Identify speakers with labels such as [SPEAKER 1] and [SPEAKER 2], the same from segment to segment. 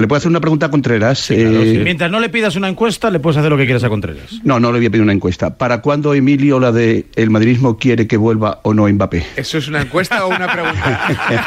[SPEAKER 1] Le puedo hacer una pregunta a Contreras.
[SPEAKER 2] Claro,
[SPEAKER 1] Eh,
[SPEAKER 2] sí. Mientras no le pidas una encuesta, le puedes hacer lo que quieras a Contreras.
[SPEAKER 1] No, no le voy a pedir una encuesta. ¿Para cuándo Emilio la de el madridismo quiere que vuelva o no Mbappé?
[SPEAKER 3] ¿Eso es una encuesta o una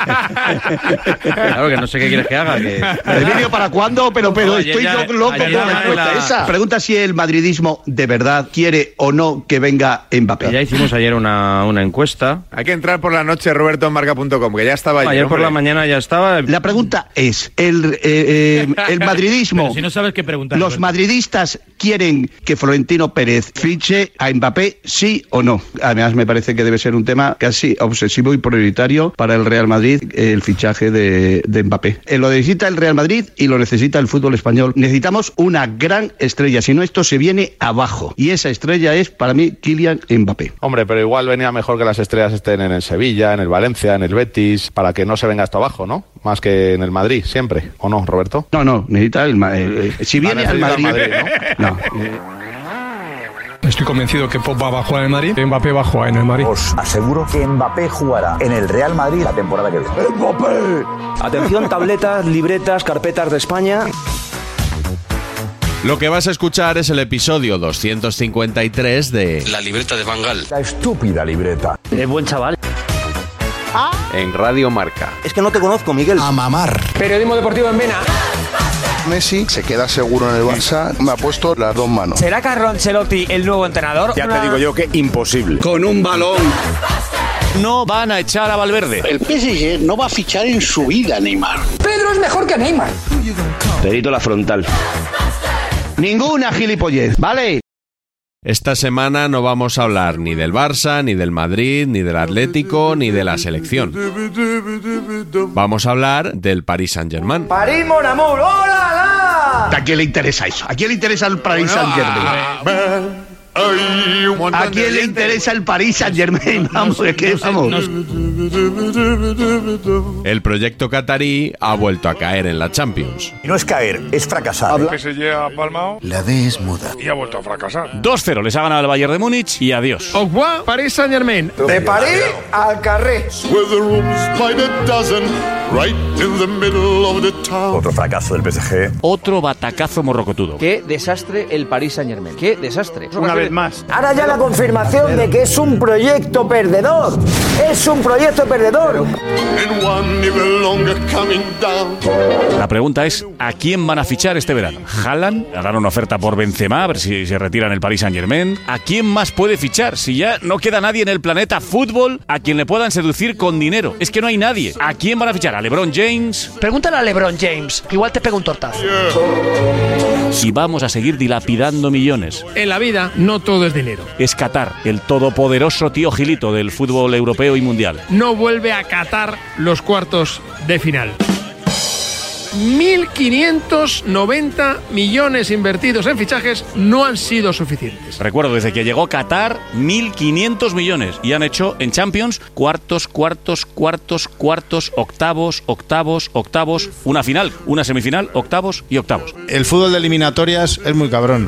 [SPEAKER 3] pregunta?
[SPEAKER 4] Claro, que no sé qué quieres que haga. Que...
[SPEAKER 1] Emilio, ¿para cuándo? Pero, pero
[SPEAKER 4] Ayer
[SPEAKER 1] estoy
[SPEAKER 4] ya-
[SPEAKER 1] lo- loco con
[SPEAKER 4] ayer
[SPEAKER 1] la
[SPEAKER 4] ya
[SPEAKER 1] respuesta
[SPEAKER 4] la-
[SPEAKER 1] esa. Pregunta si el madridismo de verdad quiere o no que venga
[SPEAKER 4] Que Ya
[SPEAKER 1] Mbappé.
[SPEAKER 4] hicimos ayer una, una encuesta.
[SPEAKER 3] Hay que entrar por la noche robertoenmarca.com, que ya estaba
[SPEAKER 4] Ayer por
[SPEAKER 3] hombre.
[SPEAKER 4] la mañana ya estaba.
[SPEAKER 1] La pregunta es, ¿el, eh, eh, el madridismo,
[SPEAKER 2] Pero si no sabes qué preguntar.
[SPEAKER 1] los
[SPEAKER 2] Roberto.
[SPEAKER 1] madridistas quieren que Florentino Pérez fiche a Mbappé, sí o no? Además me parece que debe ser un tema casi obsesivo y prioritario para el Real Madrid, eh, el fichaje de, de Mbappé. Eh, Lo necesita el Real Madrid y lo necesita el fútbol español. Necesitamos una gran estrella, si no esto se viene abajo. Y esa estrella es para mí Kylian Mbappé.
[SPEAKER 5] Hombre, pero igual venía mejor que las estrellas estén en el Sevilla, en el Valencia, en el Betis, para que no se venga hasta abajo, ¿no? Más que en el Madrid, siempre. ¿O no, Roberto?
[SPEAKER 1] No, no, necesita el, Ma- el- el- si
[SPEAKER 5] Ah,
[SPEAKER 1] viene al
[SPEAKER 5] necesita el
[SPEAKER 1] Madrid,
[SPEAKER 5] Madrid,
[SPEAKER 1] no. eh,
[SPEAKER 6] Estoy convencido que Pop va a jugar en el Madrid, Mbappé va a jugar en el Madrid.
[SPEAKER 7] Os aseguro que Mbappé jugará en el Real Madrid la temporada que viene. ¡Mbappé! Atención, tabletas, libretas, carpetas de España.
[SPEAKER 8] Lo que vas a escuchar es el episodio 253 de
[SPEAKER 9] La libreta de Bangal.
[SPEAKER 7] La estúpida libreta.
[SPEAKER 4] Es buen chaval.
[SPEAKER 3] En Radio Marca.
[SPEAKER 7] Es que no te conozco, Miguel.
[SPEAKER 6] Periodismo deportivo en Vena.
[SPEAKER 5] Messi se queda seguro en el Barça. Me ha puesto las dos manos.
[SPEAKER 6] ¿Será Carlo Ancelotti el nuevo entrenador?
[SPEAKER 9] Ya te digo yo que imposible.
[SPEAKER 8] Con un balón. No van a echar a Valverde.
[SPEAKER 7] El PSG no va a fichar en su vida, Neymar.
[SPEAKER 6] Pedro es mejor que Neymar.
[SPEAKER 7] Perito la frontal.
[SPEAKER 1] Ninguna gilipollez, ¿vale?
[SPEAKER 8] Esta semana no vamos a hablar ni del Barça, ni del Madrid, ni del Atlético, ni de la selección. Vamos a hablar del Paris Saint-Germain.
[SPEAKER 7] ¡París, mon amour! ¡Hola,
[SPEAKER 1] ¿A quién le interesa eso? ¿A quién le interesa el Paris
[SPEAKER 3] Bueno,
[SPEAKER 1] Saint-Germain?
[SPEAKER 3] a- Ay, un montón
[SPEAKER 1] ¿A
[SPEAKER 3] de
[SPEAKER 1] quién le
[SPEAKER 3] oyentes,
[SPEAKER 1] interesa el Paris Saint Germain? Vamos, es que vamos.
[SPEAKER 8] El proyecto qatarí ha vuelto a caer en la Champions.
[SPEAKER 7] Y no es caer, es fracasar. Habla. La D es muda.
[SPEAKER 4] 2-0, les ha ganado el Bayern de Múnich y adiós.
[SPEAKER 2] Paris Saint-Germain.
[SPEAKER 7] De París al Carré. Otro fracaso del PSG.
[SPEAKER 4] Otro batacazo morrocotudo.
[SPEAKER 9] Qué desastre el Paris Saint Germain. Qué desastre.
[SPEAKER 2] Una vez más.
[SPEAKER 7] Ahora ya la confirmación de que es un proyecto perdedor. Es un proyecto perdedor.
[SPEAKER 4] La pregunta es, ¿a quién van a fichar este verano? ¿Jalan? ¿Harán una oferta por Benzema a ver si se retiran el Paris Saint-Germain? ¿A quién más puede fichar? Si ya no queda nadie en el planeta fútbol a quien le puedan seducir con dinero. Es que no hay nadie. ¿A quién van a fichar? ¿A LeBron James?
[SPEAKER 6] Pregúntale a LeBron James, igual te pega un tortazo.
[SPEAKER 4] Si vamos a seguir dilapidando millones.
[SPEAKER 6] En la vida no todo es dinero.
[SPEAKER 4] Es Qatar, el todopoderoso tío Gilito del fútbol europeo y mundial.
[SPEAKER 6] No vuelve a Qatar los cuartos de final. 1.590 millones invertidos en fichajes no han sido suficientes.
[SPEAKER 4] Recuerdo, desde que llegó Qatar, 1.500 millones. Y han hecho en Champions cuartos, cuartos, cuartos, cuartos, octavos, octavos, octavos, una final, una semifinal, octavos y octavos.
[SPEAKER 5] El fútbol de eliminatorias es muy cabrón.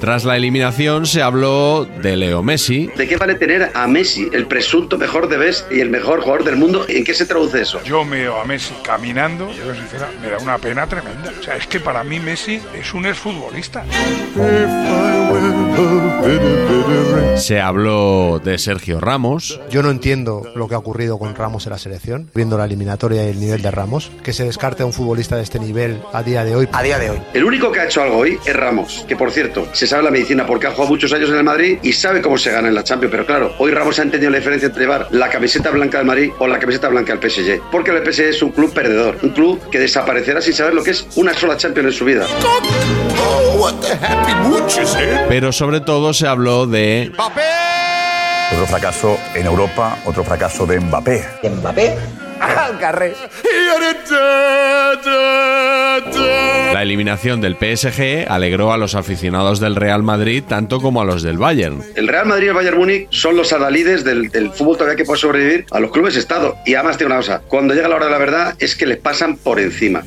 [SPEAKER 8] Tras la eliminación se habló de Leo Messi,
[SPEAKER 7] ¿De qué vale tener a Messi, el presunto mejor de best y el mejor jugador del mundo? ¿En qué se traduce eso?
[SPEAKER 6] Yo veo a Messi caminando, yo soy sincera, me da una pena tremenda. O sea, es que para mí Messi es un exfutbolista.
[SPEAKER 3] If I were
[SPEAKER 8] Se habló de Sergio Ramos.
[SPEAKER 10] Yo no entiendo lo que ha ocurrido con Ramos en la selección, viendo la eliminatoria y el nivel de Ramos, que se descarte a un futbolista de este nivel a día de hoy. A día de hoy.
[SPEAKER 11] El único que ha hecho algo hoy es Ramos, que por cierto, se sabe la medicina porque ha jugado muchos años en el Madrid y sabe cómo se gana en la Champions, pero claro, hoy Ramos ha entendido la diferencia entre llevar la camiseta blanca del Madrid o la camiseta blanca del PSG, porque el PSG es un club perdedor, un club que desaparecerá sin saber lo que es una sola Champions en su vida.
[SPEAKER 8] Pero sobre todo se habló de
[SPEAKER 12] Otro fracaso en Europa, otro fracaso de Mbappé. Mbappé?
[SPEAKER 13] Al carré.
[SPEAKER 8] la eliminación del PSG, alegró a los aficionados del Real Madrid tanto como a los del Bayern.
[SPEAKER 11] El Real Madrid y el Bayern Múnich son los adalides del, del fútbol todavía que puede sobrevivir a los clubes Estado. Y además tiene una cosa, cuando llega la hora de la verdad es que les pasan por encima.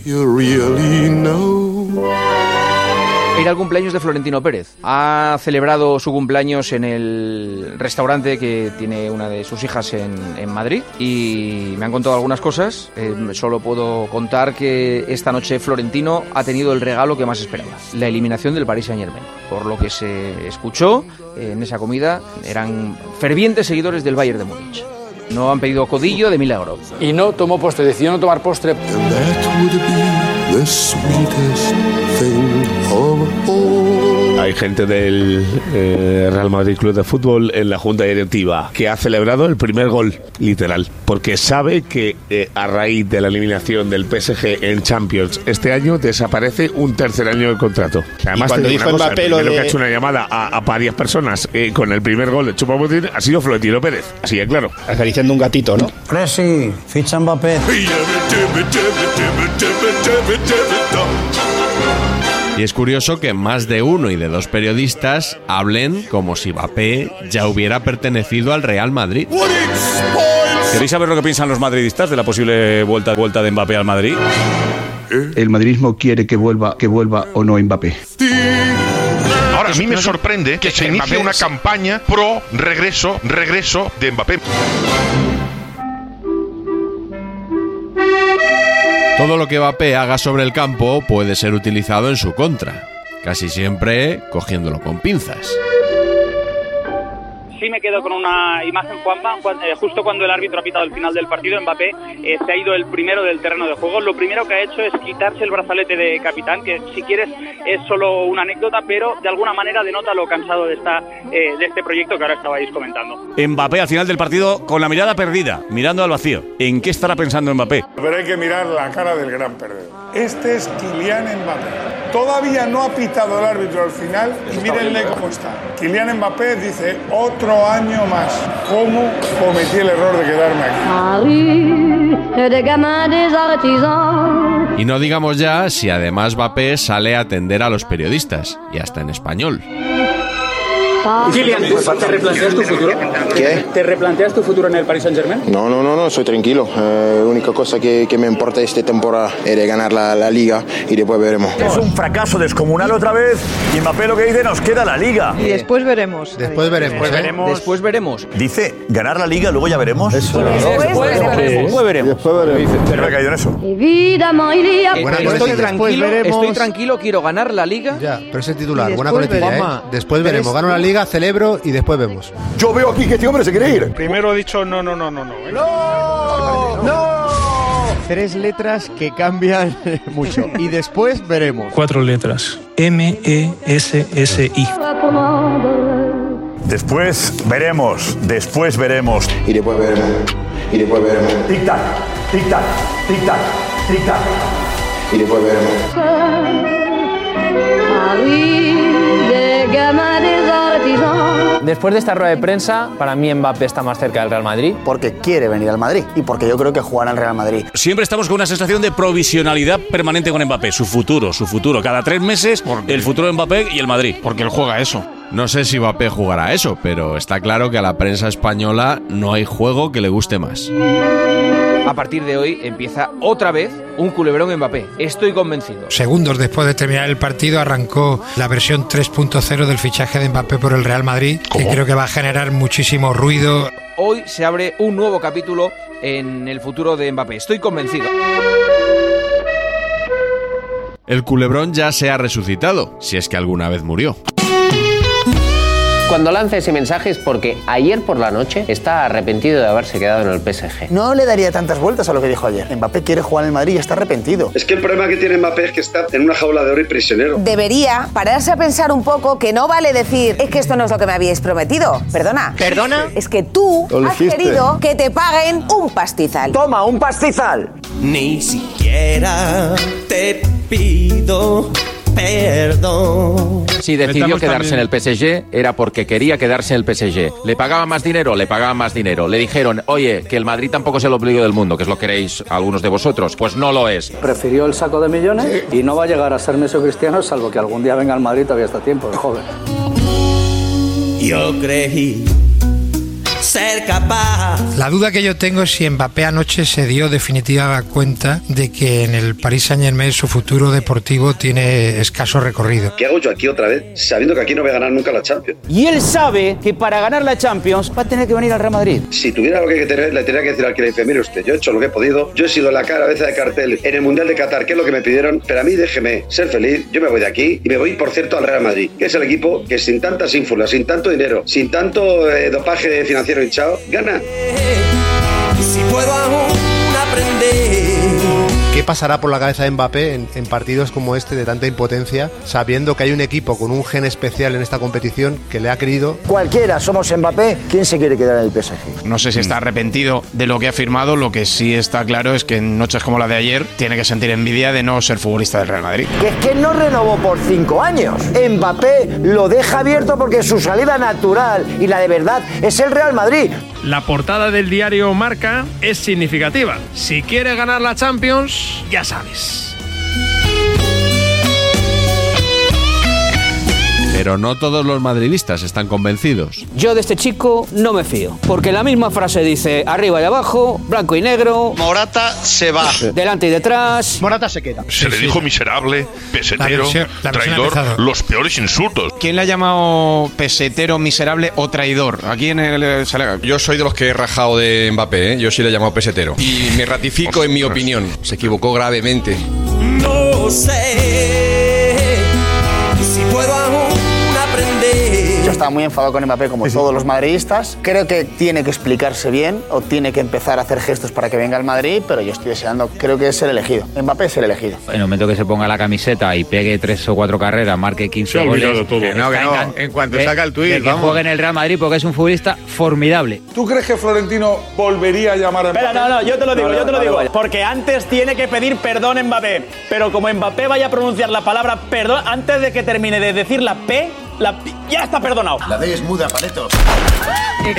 [SPEAKER 7] Ir al cumpleaños de Florentino Pérez. Ha celebrado su cumpleaños en el restaurante que tiene una de sus hijas en, en Madrid y me han contado algunas cosas. Eh, solo puedo contar que esta noche Florentino ha tenido el regalo que más esperaba, la eliminación del Paris Saint Germain. Por lo que se escuchó eh, en esa comida, eran fervientes seguidores del Bayern de Múnich. No han pedido codillo de milagro.
[SPEAKER 14] Y no tomó postre, decidió no tomar postre.
[SPEAKER 15] Hay gente del eh, Real Madrid Club de Fútbol en la Junta Directiva que ha celebrado el primer gol, literal, porque sabe que eh, a raíz de la eliminación del PSG en Champions este año desaparece un tercer año de contrato. Además,
[SPEAKER 16] cuando
[SPEAKER 15] te digo
[SPEAKER 16] dijo
[SPEAKER 15] una cosa,
[SPEAKER 16] Mbappé
[SPEAKER 15] el
[SPEAKER 16] lo
[SPEAKER 15] primero que
[SPEAKER 16] de-
[SPEAKER 15] ha hecho una llamada a, a varias personas eh, con el primer gol de Chupamotín ha sido Florentino Pérez, así es claro.
[SPEAKER 16] Acariciando un gatito, ¿no?
[SPEAKER 17] Presi, ficha Mbappé.
[SPEAKER 8] Y es curioso que más de uno y de dos periodistas hablen como si Mbappé ya hubiera pertenecido al Real Madrid.
[SPEAKER 4] ¿Queréis saber lo que piensan los madridistas de la posible vuelta, vuelta de Mbappé al Madrid?
[SPEAKER 2] El madridismo quiere que vuelva, que vuelva o no Mbappé.
[SPEAKER 18] Ahora, a mí me sorprende que se inicie una campaña pro regreso, regreso de Mbappé.
[SPEAKER 8] Todo lo que Mbappé haga sobre el campo puede ser utilizado en su contra, casi siempre cogiéndolo con pinzas.
[SPEAKER 19] Sí me quedo con una imagen, Juanma, cuan- eh, justo cuando el árbitro ha pitado el final del partido, Mbappé eh, se ha ido el primero del terreno de juego. Lo primero que ha hecho es quitarse el brazalete de capitán, que si quieres es solo una anécdota, pero de alguna manera denota lo cansado de, esta, eh, de este proyecto que ahora estabais comentando.
[SPEAKER 4] Mbappé al final del partido con la mirada perdida, mirando al vacío. ¿En qué estará pensando Mbappé?
[SPEAKER 6] Pero hay que mirar la cara del gran perdedor. Este es Kylian Mbappé. Todavía no ha pitado el árbitro al final y mírenle cómo está. Kylian Mbappé dice otro año más. ¿Cómo cometí el error de quedarme aquí?
[SPEAKER 20] de gamins des artisans.
[SPEAKER 8] Y no digamos ya si además Mbappé sale a atender a los periodistas, y hasta en español.
[SPEAKER 21] Kylian, ¿te replanteas tu futuro? ¿Qué? ¿Te replanteas tu futuro en el Paris Saint-Germain?
[SPEAKER 22] No, no, no, no, soy tranquilo. Eh, la única cosa que, que me importa esta temporada es de ganar la, la liga y después veremos.
[SPEAKER 17] Es un fracaso descomunal otra vez y Mbappé lo que dice nos queda la liga.
[SPEAKER 23] Y después veremos.
[SPEAKER 17] Después veremos.
[SPEAKER 23] Después veremos.
[SPEAKER 10] ¿eh?
[SPEAKER 7] Después veremos.
[SPEAKER 17] Dice ganar la liga, luego ya veremos. Eso.
[SPEAKER 7] Después veremos.
[SPEAKER 17] Después veremos. Pero ha caído en eso.
[SPEAKER 20] Évidemment, il y a
[SPEAKER 7] Eh,
[SPEAKER 10] Buena
[SPEAKER 7] estoy,
[SPEAKER 10] noticia, después
[SPEAKER 7] tranquilo,
[SPEAKER 10] veremos.
[SPEAKER 7] estoy tranquilo, quiero ganar la liga.
[SPEAKER 10] Pero ese titular,
[SPEAKER 7] Y
[SPEAKER 10] buena
[SPEAKER 7] después
[SPEAKER 10] coletilla,
[SPEAKER 7] veremos.
[SPEAKER 10] ¿eh? Después
[SPEAKER 7] Pero
[SPEAKER 10] veremos.
[SPEAKER 7] es-
[SPEAKER 10] Gano la liga, celebro y después vemos. Yo veo aquí que este hombre se quiere ir.
[SPEAKER 24] Primero he dicho no, no, no, no, no.
[SPEAKER 25] Tres letras que cambian mucho. Y después veremos.
[SPEAKER 24] Cuatro letras. E M-E-S-S-I.
[SPEAKER 17] Después veremos. Después veremos.
[SPEAKER 22] Y después veremos. Y después veremos.
[SPEAKER 17] Tic-tac, tic-tac, tic-tac, tic-tac.
[SPEAKER 22] Y después veremos.
[SPEAKER 20] Paris, des gamins des artisans.
[SPEAKER 26] Después de esta rueda de prensa, para mí Mbappé está más cerca del Real Madrid. Porque quiere venir al Madrid y porque yo creo que jugará al Real Madrid.
[SPEAKER 4] Siempre estamos con una sensación de provisionalidad permanente con Mbappé. Su futuro, su futuro. Cada tres meses, el futuro de Mbappé y el Madrid. Porque él juega eso.
[SPEAKER 8] No sé si Mbappé jugará a eso, pero está claro que a la prensa española no hay juego que le guste más.
[SPEAKER 7] A partir de hoy empieza otra vez un culebrón Mbappé. Estoy convencido.
[SPEAKER 27] Segundos después de terminar el partido arrancó la versión 3.0 del fichaje de Mbappé por el Real Madrid, que creo que va a generar muchísimo ruido.
[SPEAKER 7] Hoy se abre un nuevo capítulo en el futuro de Mbappé. Estoy convencido.
[SPEAKER 8] El culebrón ya se ha resucitado, si es que alguna vez murió.
[SPEAKER 28] Cuando lanza ese mensaje es porque ayer por la noche está arrepentido de haberse quedado en el PSG.
[SPEAKER 7] No le daría tantas vueltas a lo que dijo ayer. Mbappé quiere jugar en el Madrid y está arrepentido.
[SPEAKER 11] Es que el problema que tiene Mbappé es que está en una jaula de oro y prisionero.
[SPEAKER 29] Debería pararse a pensar un poco que no vale decir es que esto no es lo que me habíais prometido. Perdona.
[SPEAKER 11] ¿Perdona?
[SPEAKER 29] Es que tú
[SPEAKER 11] Lo
[SPEAKER 29] has
[SPEAKER 11] dijiste.
[SPEAKER 29] querido que te paguen un pastizal. Toma, un pastizal.
[SPEAKER 3] Ni siquiera te pido perdón.
[SPEAKER 8] Si decidió
[SPEAKER 3] Metamos
[SPEAKER 8] quedarse
[SPEAKER 3] también-
[SPEAKER 8] en el PSG era porque quería quedarse en el PSG. Le pagaban más dinero, le pagaban más dinero. Le dijeron, oye, que el Madrid tampoco es el ombligo del mundo, que es lo que queréis algunos de vosotros. Pues no lo es.
[SPEAKER 30] Prefirió el saco de millones y no va a llegar a ser meso cristiano, salvo que algún día venga al Madrid, todavía está a tiempo, joven.
[SPEAKER 3] Yo creí ser capaz.
[SPEAKER 27] La duda que yo tengo es si Mbappé anoche se dio definitiva cuenta de que en el Paris Saint Germain su futuro deportivo tiene escaso recorrido.
[SPEAKER 11] ¿Qué hago yo aquí otra vez sabiendo que aquí no voy a ganar nunca la Champions?
[SPEAKER 30] Y él sabe que para ganar la Champions va a tener que venir al Real Madrid.
[SPEAKER 11] Si tuviera algo que tener, le tendría que decir al que le dice, mire usted, yo he hecho lo que he podido, yo he sido la cabeza de cartel en el Mundial de Qatar, que es lo que me pidieron, pero a mí déjeme ser feliz, yo me voy de aquí y me voy, por cierto, al Real Madrid, que es el equipo que sin tantas ínfulas, sin tanto dinero, sin tanto eh, dopaje financiero hinchado, gana.
[SPEAKER 3] Y si puedo aún aprender.
[SPEAKER 31] ¿Qué pasará por la cabeza de Mbappé en, en partidos como este de tanta impotencia, sabiendo que hay un equipo con un gen especial en esta competición que le ha querido?
[SPEAKER 2] Cualquiera, somos Mbappé, ¿Eh? ¿quién se quiere quedar en el PSG?
[SPEAKER 32] No sé si
[SPEAKER 31] Mm.
[SPEAKER 32] está arrepentido de lo que ha firmado, lo que sí está claro es que en noches como la de ayer tiene que sentir envidia de no ser futbolista del Real Madrid.
[SPEAKER 2] Que es que no renovó por cinco años. Mbappé lo deja abierto porque su salida natural y la de verdad es el Real Madrid.
[SPEAKER 7] La portada del diario Marca es significativa. Si quieres ganar la Champions, ya sabes.
[SPEAKER 33] Pero no todos los madridistas están convencidos.
[SPEAKER 30] Yo de este chico no me fío, porque la misma frase dice arriba y abajo, blanco y negro. Morata se va. Delante y detrás. Morata se queda.
[SPEAKER 24] Se le dijo miserable, pesetero,
[SPEAKER 7] La versión- la versión ha
[SPEAKER 24] traidor,
[SPEAKER 7] empezado.
[SPEAKER 24] los peores insultos.
[SPEAKER 32] ¿Quién le ha llamado pesetero, miserable o traidor? Aquí en el... eh, sale-
[SPEAKER 34] Yo soy de los que he rajado de Mbappé, ¿eh? yo sí le he llamado pesetero. Y me ratifico en mi opinión. Se equivocó gravemente.
[SPEAKER 3] No sé y si puedo aún aprender.
[SPEAKER 7] Yo estaba muy enfadado con Mbappé, como todos los madridistas. Creo que tiene que explicarse bien o tiene que empezar a hacer gestos para que venga al Madrid, pero yo estoy deseando, creo que es el elegido. Mbappé es el elegido.
[SPEAKER 28] En el momento que se ponga la camiseta y pegue tres o cuatro carreras, marque 15
[SPEAKER 35] Se ha
[SPEAKER 28] goles.
[SPEAKER 35] olvidado todo. Que no, que
[SPEAKER 28] está
[SPEAKER 35] no.
[SPEAKER 28] engan-
[SPEAKER 35] En cuanto
[SPEAKER 28] de-
[SPEAKER 35] saca el tuit,
[SPEAKER 28] de que
[SPEAKER 35] vamos.
[SPEAKER 28] juegue en el Real Madrid porque es un futbolista formidable.
[SPEAKER 6] ¿Tú crees que Florentino volvería a llamar a Mbappé?
[SPEAKER 36] Espera, no, no, yo te lo digo, yo te lo digo. Porque antes tiene que pedir perdón Mbappé. Pero como Mbappé vaya a pronunciar la palabra perdón, antes de que termine de decir la P, la P- ya está perdonado. La D es muda, paletos.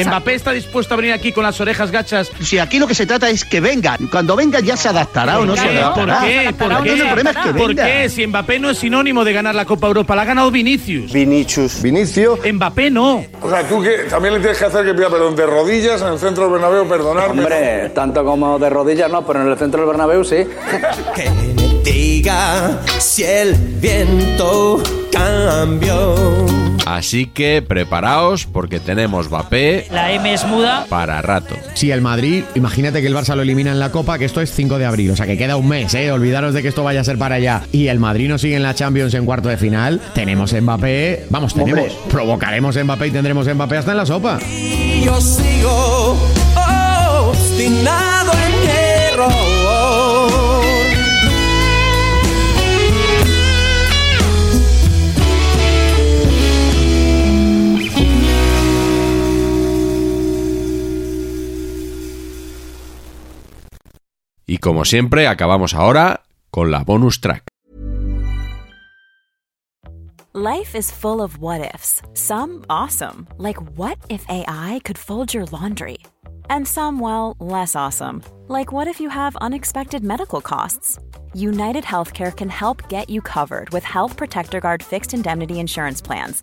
[SPEAKER 34] Mbappé está dispuesto a venir aquí con las orejas gachas.
[SPEAKER 1] Si aquí lo que se trata es que venga, cuando venga ya se adaptará o no se
[SPEAKER 34] Claro, ¿Por
[SPEAKER 1] adaptará.
[SPEAKER 34] qué? ¿Por
[SPEAKER 1] No,
[SPEAKER 34] qué?
[SPEAKER 1] no, el problema es que
[SPEAKER 34] ¿Por
[SPEAKER 1] venga.
[SPEAKER 34] qué? Si Mbappé no es sinónimo de ganar la Copa Europa, la ha ganado Vinicius. Vinicius. Vinicio. Mbappé no.
[SPEAKER 6] O sea, tú que también le tienes que hacer que pida perdón de rodillas en el centro del Bernabéu, perdonarme.
[SPEAKER 30] Hombre, tanto como de rodillas no, pero en el centro del Bernabéu sí.
[SPEAKER 3] Que me diga si el viento ah, cambió.
[SPEAKER 33] Así que preparaos porque tenemos Mbappé
[SPEAKER 37] La M es muda.
[SPEAKER 33] para rato.
[SPEAKER 38] Sí, el Madrid, imagínate que el Barça lo elimina en la Copa, que esto es 5 de abril, o sea que queda un mes, ¿eh? Olvidaros de que esto vaya a ser para allá. Y el Madrid no sigue en la Champions en cuarto de final, tenemos Mbappé, vamos, tenemos, provocaremos Mbappé y tendremos Mbappé hasta en la sopa.
[SPEAKER 3] Y yo sigo oh, obstinado en mi error.
[SPEAKER 33] Y como siempre, acabamos ahora con la bonus track.
[SPEAKER 38] Life is full of what ifs. Some awesome, like what if AI could fold your laundry? And some, well, less awesome, like what if you have unexpected medical costs? United Healthcare can help get you covered with Health Protector Guard fixed indemnity insurance plans.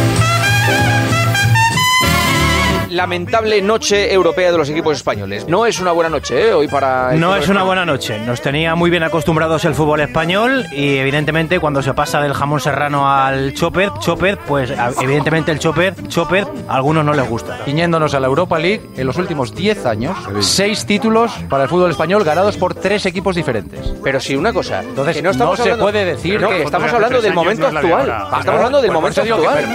[SPEAKER 7] lamentable noche europea de los equipos españoles. No es una buena noche, ¿eh? Hoy para. el
[SPEAKER 2] No
[SPEAKER 7] fútbol
[SPEAKER 2] es una
[SPEAKER 7] español.
[SPEAKER 2] buena noche. Nos tenía muy bien acostumbrados el fútbol español y evidentemente cuando se pasa del jamón serrano al chopper, chopper, pues a- evidentemente el chopper, chopper, a algunos no les gusta.
[SPEAKER 1] Ciñéndonos a la Europa League, en los últimos 10 años, seis títulos para el fútbol español ganados por tres equipos diferentes.
[SPEAKER 7] Pero sí, una cosa.
[SPEAKER 1] Entonces,
[SPEAKER 7] que no estamos
[SPEAKER 1] se
[SPEAKER 7] hablando-
[SPEAKER 1] puede decir
[SPEAKER 7] No,
[SPEAKER 1] que
[SPEAKER 7] que estamos hablando del momento actual. Estamos hablando del momento actual.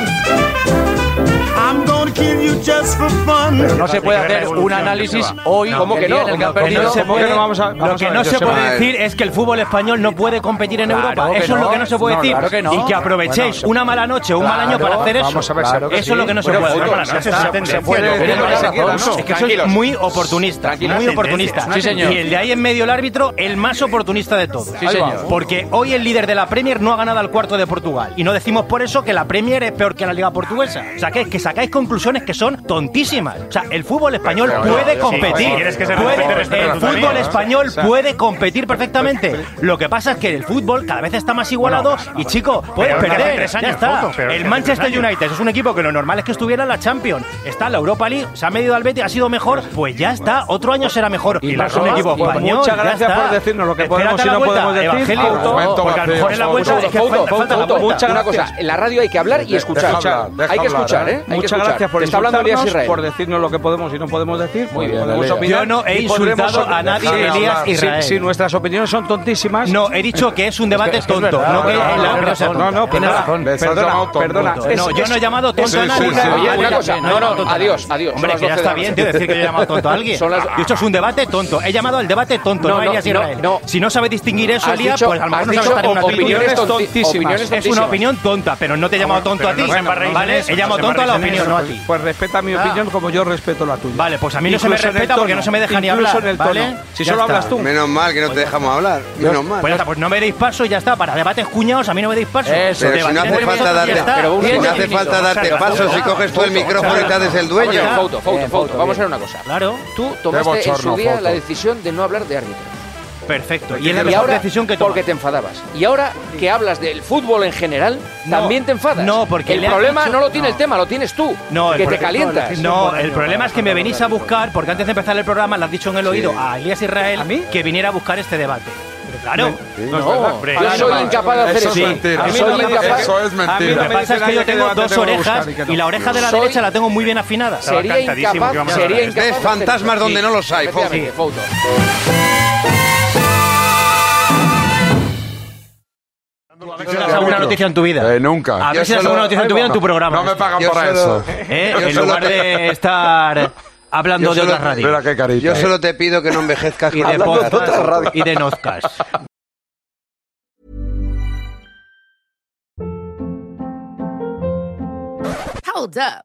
[SPEAKER 1] Pero no se puede hacer un análisis hoy
[SPEAKER 2] No,
[SPEAKER 1] como
[SPEAKER 2] que
[SPEAKER 1] que no,
[SPEAKER 2] no,
[SPEAKER 1] el que ha
[SPEAKER 2] que
[SPEAKER 1] perdido.
[SPEAKER 2] no se puede-
[SPEAKER 1] Pero vamos a-
[SPEAKER 2] lo
[SPEAKER 1] vamos
[SPEAKER 2] que
[SPEAKER 1] a
[SPEAKER 2] no
[SPEAKER 1] ver,
[SPEAKER 2] se
[SPEAKER 1] Joseba.
[SPEAKER 2] puede decir es que el fútbol español no puede competir en
[SPEAKER 1] Claro
[SPEAKER 2] Europa.
[SPEAKER 1] que
[SPEAKER 2] Eso es
[SPEAKER 1] no.
[SPEAKER 2] lo que no se puede
[SPEAKER 1] No,
[SPEAKER 2] decir.
[SPEAKER 1] claro que no.
[SPEAKER 2] Y que aprovechéis
[SPEAKER 1] Bueno,
[SPEAKER 2] una mala noche o un mal año
[SPEAKER 1] claro,
[SPEAKER 2] para hacer eso.
[SPEAKER 1] vamos a ver, claro que
[SPEAKER 2] eso es lo que no
[SPEAKER 1] sí.
[SPEAKER 2] se
[SPEAKER 1] Bueno,
[SPEAKER 2] puede hacer.
[SPEAKER 1] fútbol,
[SPEAKER 2] Mala
[SPEAKER 1] se
[SPEAKER 2] noche,
[SPEAKER 1] está-
[SPEAKER 2] esa
[SPEAKER 1] se
[SPEAKER 2] tendencia.
[SPEAKER 1] puede decir
[SPEAKER 2] Pero
[SPEAKER 1] lo que
[SPEAKER 2] no,
[SPEAKER 1] quiera,
[SPEAKER 2] no,
[SPEAKER 1] ¿no?
[SPEAKER 2] Es que sois
[SPEAKER 1] Tranquilos.
[SPEAKER 2] muy oportunistas.
[SPEAKER 1] Tranquilos.
[SPEAKER 2] Muy oportunistas.
[SPEAKER 1] Sí, señor.
[SPEAKER 2] Y el de ahí en medio el árbitro, el más oportunista de todos.
[SPEAKER 1] Sí, señor.
[SPEAKER 2] Porque hoy el líder de la Premier no ha ganado al cuarto de Portugal. Y no decimos por eso que la Premier es peor que la Liga Portuguesa. O sea, que, es que sacáis conclusiones que son tontísimas. O sea, el fútbol español
[SPEAKER 1] Pero, pero,
[SPEAKER 2] puede
[SPEAKER 1] sí,
[SPEAKER 2] competir.
[SPEAKER 1] si quieres que se
[SPEAKER 2] Puede-
[SPEAKER 1] respete, respeta
[SPEAKER 2] el
[SPEAKER 1] tú también,
[SPEAKER 2] fútbol
[SPEAKER 1] ¿no?
[SPEAKER 2] español
[SPEAKER 1] O sea,
[SPEAKER 2] puede competir perfectamente. Lo que pasa es que el fútbol cada vez está más igualado y, chico, puedes
[SPEAKER 12] pero hace
[SPEAKER 2] perder.
[SPEAKER 12] tres
[SPEAKER 2] Ya
[SPEAKER 12] años,
[SPEAKER 2] está.
[SPEAKER 12] Joto, pero
[SPEAKER 2] El
[SPEAKER 12] hace
[SPEAKER 2] Manchester
[SPEAKER 12] tres años.
[SPEAKER 2] United United es un equipo que lo normal es que estuviera en la Champions. Está en la Europa League, se ha medido al Betis, ha sido mejor, pues ya está, otro año será mejor.
[SPEAKER 1] Y
[SPEAKER 2] Barça es
[SPEAKER 1] Barcelona, y muchas
[SPEAKER 2] ya
[SPEAKER 1] gracias
[SPEAKER 2] está.
[SPEAKER 1] por decirnos lo que
[SPEAKER 2] Espérate
[SPEAKER 1] podemos y
[SPEAKER 2] a la
[SPEAKER 1] no
[SPEAKER 2] vuelta,
[SPEAKER 1] podemos decir.
[SPEAKER 2] Evangelio,
[SPEAKER 1] Fauto,
[SPEAKER 2] porque a lo mejor en la vuelta es que
[SPEAKER 1] Fauto,
[SPEAKER 2] falta- falta la
[SPEAKER 1] Fauto,
[SPEAKER 2] vuelta.
[SPEAKER 1] muchas
[SPEAKER 7] Una
[SPEAKER 1] gracias.
[SPEAKER 7] cosa, en la radio hay que hablar y
[SPEAKER 1] Deja
[SPEAKER 7] escuchar.
[SPEAKER 1] hablar, deja
[SPEAKER 7] hay que
[SPEAKER 1] hablar,
[SPEAKER 7] escuchar, ¿eh? Hay que
[SPEAKER 1] Muchas
[SPEAKER 7] escuchar.
[SPEAKER 1] gracias por
[SPEAKER 7] Te está hablando Elías
[SPEAKER 1] insultarnos,
[SPEAKER 7] Israel.
[SPEAKER 1] por decirnos lo que podemos y no podemos decir. pues
[SPEAKER 7] Muy bien,
[SPEAKER 1] podemos
[SPEAKER 7] Elías.
[SPEAKER 1] opinar
[SPEAKER 7] Yo no he
[SPEAKER 1] y podremos
[SPEAKER 2] insultado a
[SPEAKER 1] opinar.
[SPEAKER 2] nadie,
[SPEAKER 1] Dejar
[SPEAKER 2] Elías
[SPEAKER 1] hablar.
[SPEAKER 2] Israel.
[SPEAKER 1] Si, si nuestras opiniones son tontísimas.
[SPEAKER 2] No, he dicho que es un debate
[SPEAKER 1] Es que- es que es
[SPEAKER 2] tonto,
[SPEAKER 1] verdad,
[SPEAKER 2] no que
[SPEAKER 1] verdad,
[SPEAKER 2] la
[SPEAKER 1] verdad,
[SPEAKER 2] árbitro sea
[SPEAKER 1] razón.
[SPEAKER 2] tonto.
[SPEAKER 1] No, no,
[SPEAKER 2] Tienes
[SPEAKER 1] perdona,
[SPEAKER 2] razón.
[SPEAKER 1] perdona, perdona.
[SPEAKER 2] Tonto.
[SPEAKER 1] Es-
[SPEAKER 2] No, yo
[SPEAKER 1] es-
[SPEAKER 2] no he llamado
[SPEAKER 1] Sí,
[SPEAKER 2] tonto a
[SPEAKER 1] sí,
[SPEAKER 2] nadie.
[SPEAKER 1] sí, sí.
[SPEAKER 2] Oye,
[SPEAKER 1] Oye,
[SPEAKER 2] una
[SPEAKER 1] una
[SPEAKER 2] cosa,
[SPEAKER 1] cosa,
[SPEAKER 2] no, no,
[SPEAKER 1] no,
[SPEAKER 2] tonto a nadie.
[SPEAKER 1] adiós, adiós. Son
[SPEAKER 2] Hombre,
[SPEAKER 1] las
[SPEAKER 2] que ya
[SPEAKER 1] 12 de
[SPEAKER 2] está
[SPEAKER 1] la
[SPEAKER 2] bien,
[SPEAKER 1] noche.
[SPEAKER 2] tío, decir que yo he llamado tonto a alguien. Ah,
[SPEAKER 1] Son las-
[SPEAKER 2] Yo he hecho es un debate tonto. He llamado el debate tonto,
[SPEAKER 1] No,
[SPEAKER 2] no, a
[SPEAKER 1] no,
[SPEAKER 2] Elías
[SPEAKER 1] no,
[SPEAKER 2] Israel.
[SPEAKER 1] no.
[SPEAKER 2] Si no sabe distinguir eso,
[SPEAKER 1] Has
[SPEAKER 2] Elías,
[SPEAKER 1] dicho-
[SPEAKER 2] pues a lo mejor
[SPEAKER 1] has
[SPEAKER 2] no sabe
[SPEAKER 1] dicho
[SPEAKER 2] estar en una tribuna.
[SPEAKER 1] opiniones
[SPEAKER 2] Es tonto-
[SPEAKER 1] tontísimas.
[SPEAKER 2] Es una opinión tonta, pero no te he llamado tonto a ti. ¿Vale? He llamado tonto a la opinión, no a ti.
[SPEAKER 1] Pues respeta mi
[SPEAKER 2] Ah.
[SPEAKER 1] opinión como yo respeto la tuya.
[SPEAKER 2] Vale, pues a mí no se me
[SPEAKER 1] Incluso en el
[SPEAKER 2] respeta porque
[SPEAKER 1] tono,
[SPEAKER 2] no se me deja ni
[SPEAKER 1] incluso
[SPEAKER 2] hablar.
[SPEAKER 1] en el
[SPEAKER 2] ¿vale?
[SPEAKER 1] tono. Si
[SPEAKER 2] Ya
[SPEAKER 1] solo
[SPEAKER 2] está.
[SPEAKER 1] hablas tú.
[SPEAKER 14] Menos mal que no te dejamos hablar. Menos mal.
[SPEAKER 2] Pues ya está, pues no me deis paso y ya está. Para debates cuñados, a mí no me deis paso.
[SPEAKER 14] Pero si no
[SPEAKER 2] Debatiré
[SPEAKER 14] hace
[SPEAKER 2] entre
[SPEAKER 14] falta
[SPEAKER 2] vosotros y ya
[SPEAKER 14] darte,
[SPEAKER 2] está.
[SPEAKER 14] pero si no hace falta darte paso, si coges tú el micrófono y te haces el dueño.
[SPEAKER 7] Fauto, Fauto, Fauto, vamos a hacer una cosa.
[SPEAKER 2] Claro.
[SPEAKER 7] Tú tomaste en su
[SPEAKER 14] bochorno,
[SPEAKER 7] día
[SPEAKER 14] Fauto.
[SPEAKER 7] la decisión de no hablar de árbitro.
[SPEAKER 2] Perfecto. Y es la mejor decisión que tomas.
[SPEAKER 7] Porque te enfadabas. Y ahora que hablas del fútbol en general, también te enfadas.
[SPEAKER 2] no, porque
[SPEAKER 7] el
[SPEAKER 2] le has
[SPEAKER 7] problema
[SPEAKER 2] dicho-
[SPEAKER 7] no lo tiene el tema, lo tienes tú.
[SPEAKER 2] No, el
[SPEAKER 7] que te
[SPEAKER 2] problema-
[SPEAKER 7] calientas.
[SPEAKER 2] No, el problema es que me venís a buscar, porque antes de empezar el programa le has dicho en el oído a Elías Israel que viniera a buscar este debate. Pero claro,
[SPEAKER 1] No, es verdad.
[SPEAKER 2] hombre,
[SPEAKER 1] yo
[SPEAKER 2] claro,
[SPEAKER 1] soy
[SPEAKER 2] claro.
[SPEAKER 1] incapaz de hacer
[SPEAKER 2] Sí,
[SPEAKER 1] eso.
[SPEAKER 2] a mí
[SPEAKER 1] mentira.
[SPEAKER 2] no
[SPEAKER 1] Soy
[SPEAKER 2] me dices-
[SPEAKER 1] incapaz. Eso es
[SPEAKER 2] A mí
[SPEAKER 1] mentira.
[SPEAKER 2] Lo que pasa es que yo
[SPEAKER 1] Debate
[SPEAKER 2] tengo dos
[SPEAKER 1] te voy a buscar
[SPEAKER 2] orejas
[SPEAKER 1] y que no.
[SPEAKER 2] y la oreja de la
[SPEAKER 1] Soy-
[SPEAKER 2] derecha la tengo muy bien afinada.
[SPEAKER 1] Sería incapaz- sería incapaz
[SPEAKER 14] Ves fantasmas donde no los hay, Fausto.
[SPEAKER 2] ¿Tienes alguna noticia en tu vida?
[SPEAKER 14] Eh, nunca.
[SPEAKER 2] A ver si tienes alguna noticia en tu vida en tu programa.
[SPEAKER 14] Yo solo-
[SPEAKER 2] ¿Eh?
[SPEAKER 14] Yo
[SPEAKER 2] En
[SPEAKER 14] solo
[SPEAKER 2] lugar
[SPEAKER 14] te-
[SPEAKER 2] de estar hablando
[SPEAKER 14] Yo
[SPEAKER 2] de
[SPEAKER 14] solo-
[SPEAKER 2] otras radios.
[SPEAKER 14] Yo solo te pido que no envejezcas
[SPEAKER 2] Y de
[SPEAKER 14] con la
[SPEAKER 2] podcast
[SPEAKER 14] boca.
[SPEAKER 2] y de nozcas.
[SPEAKER 15] Hold up.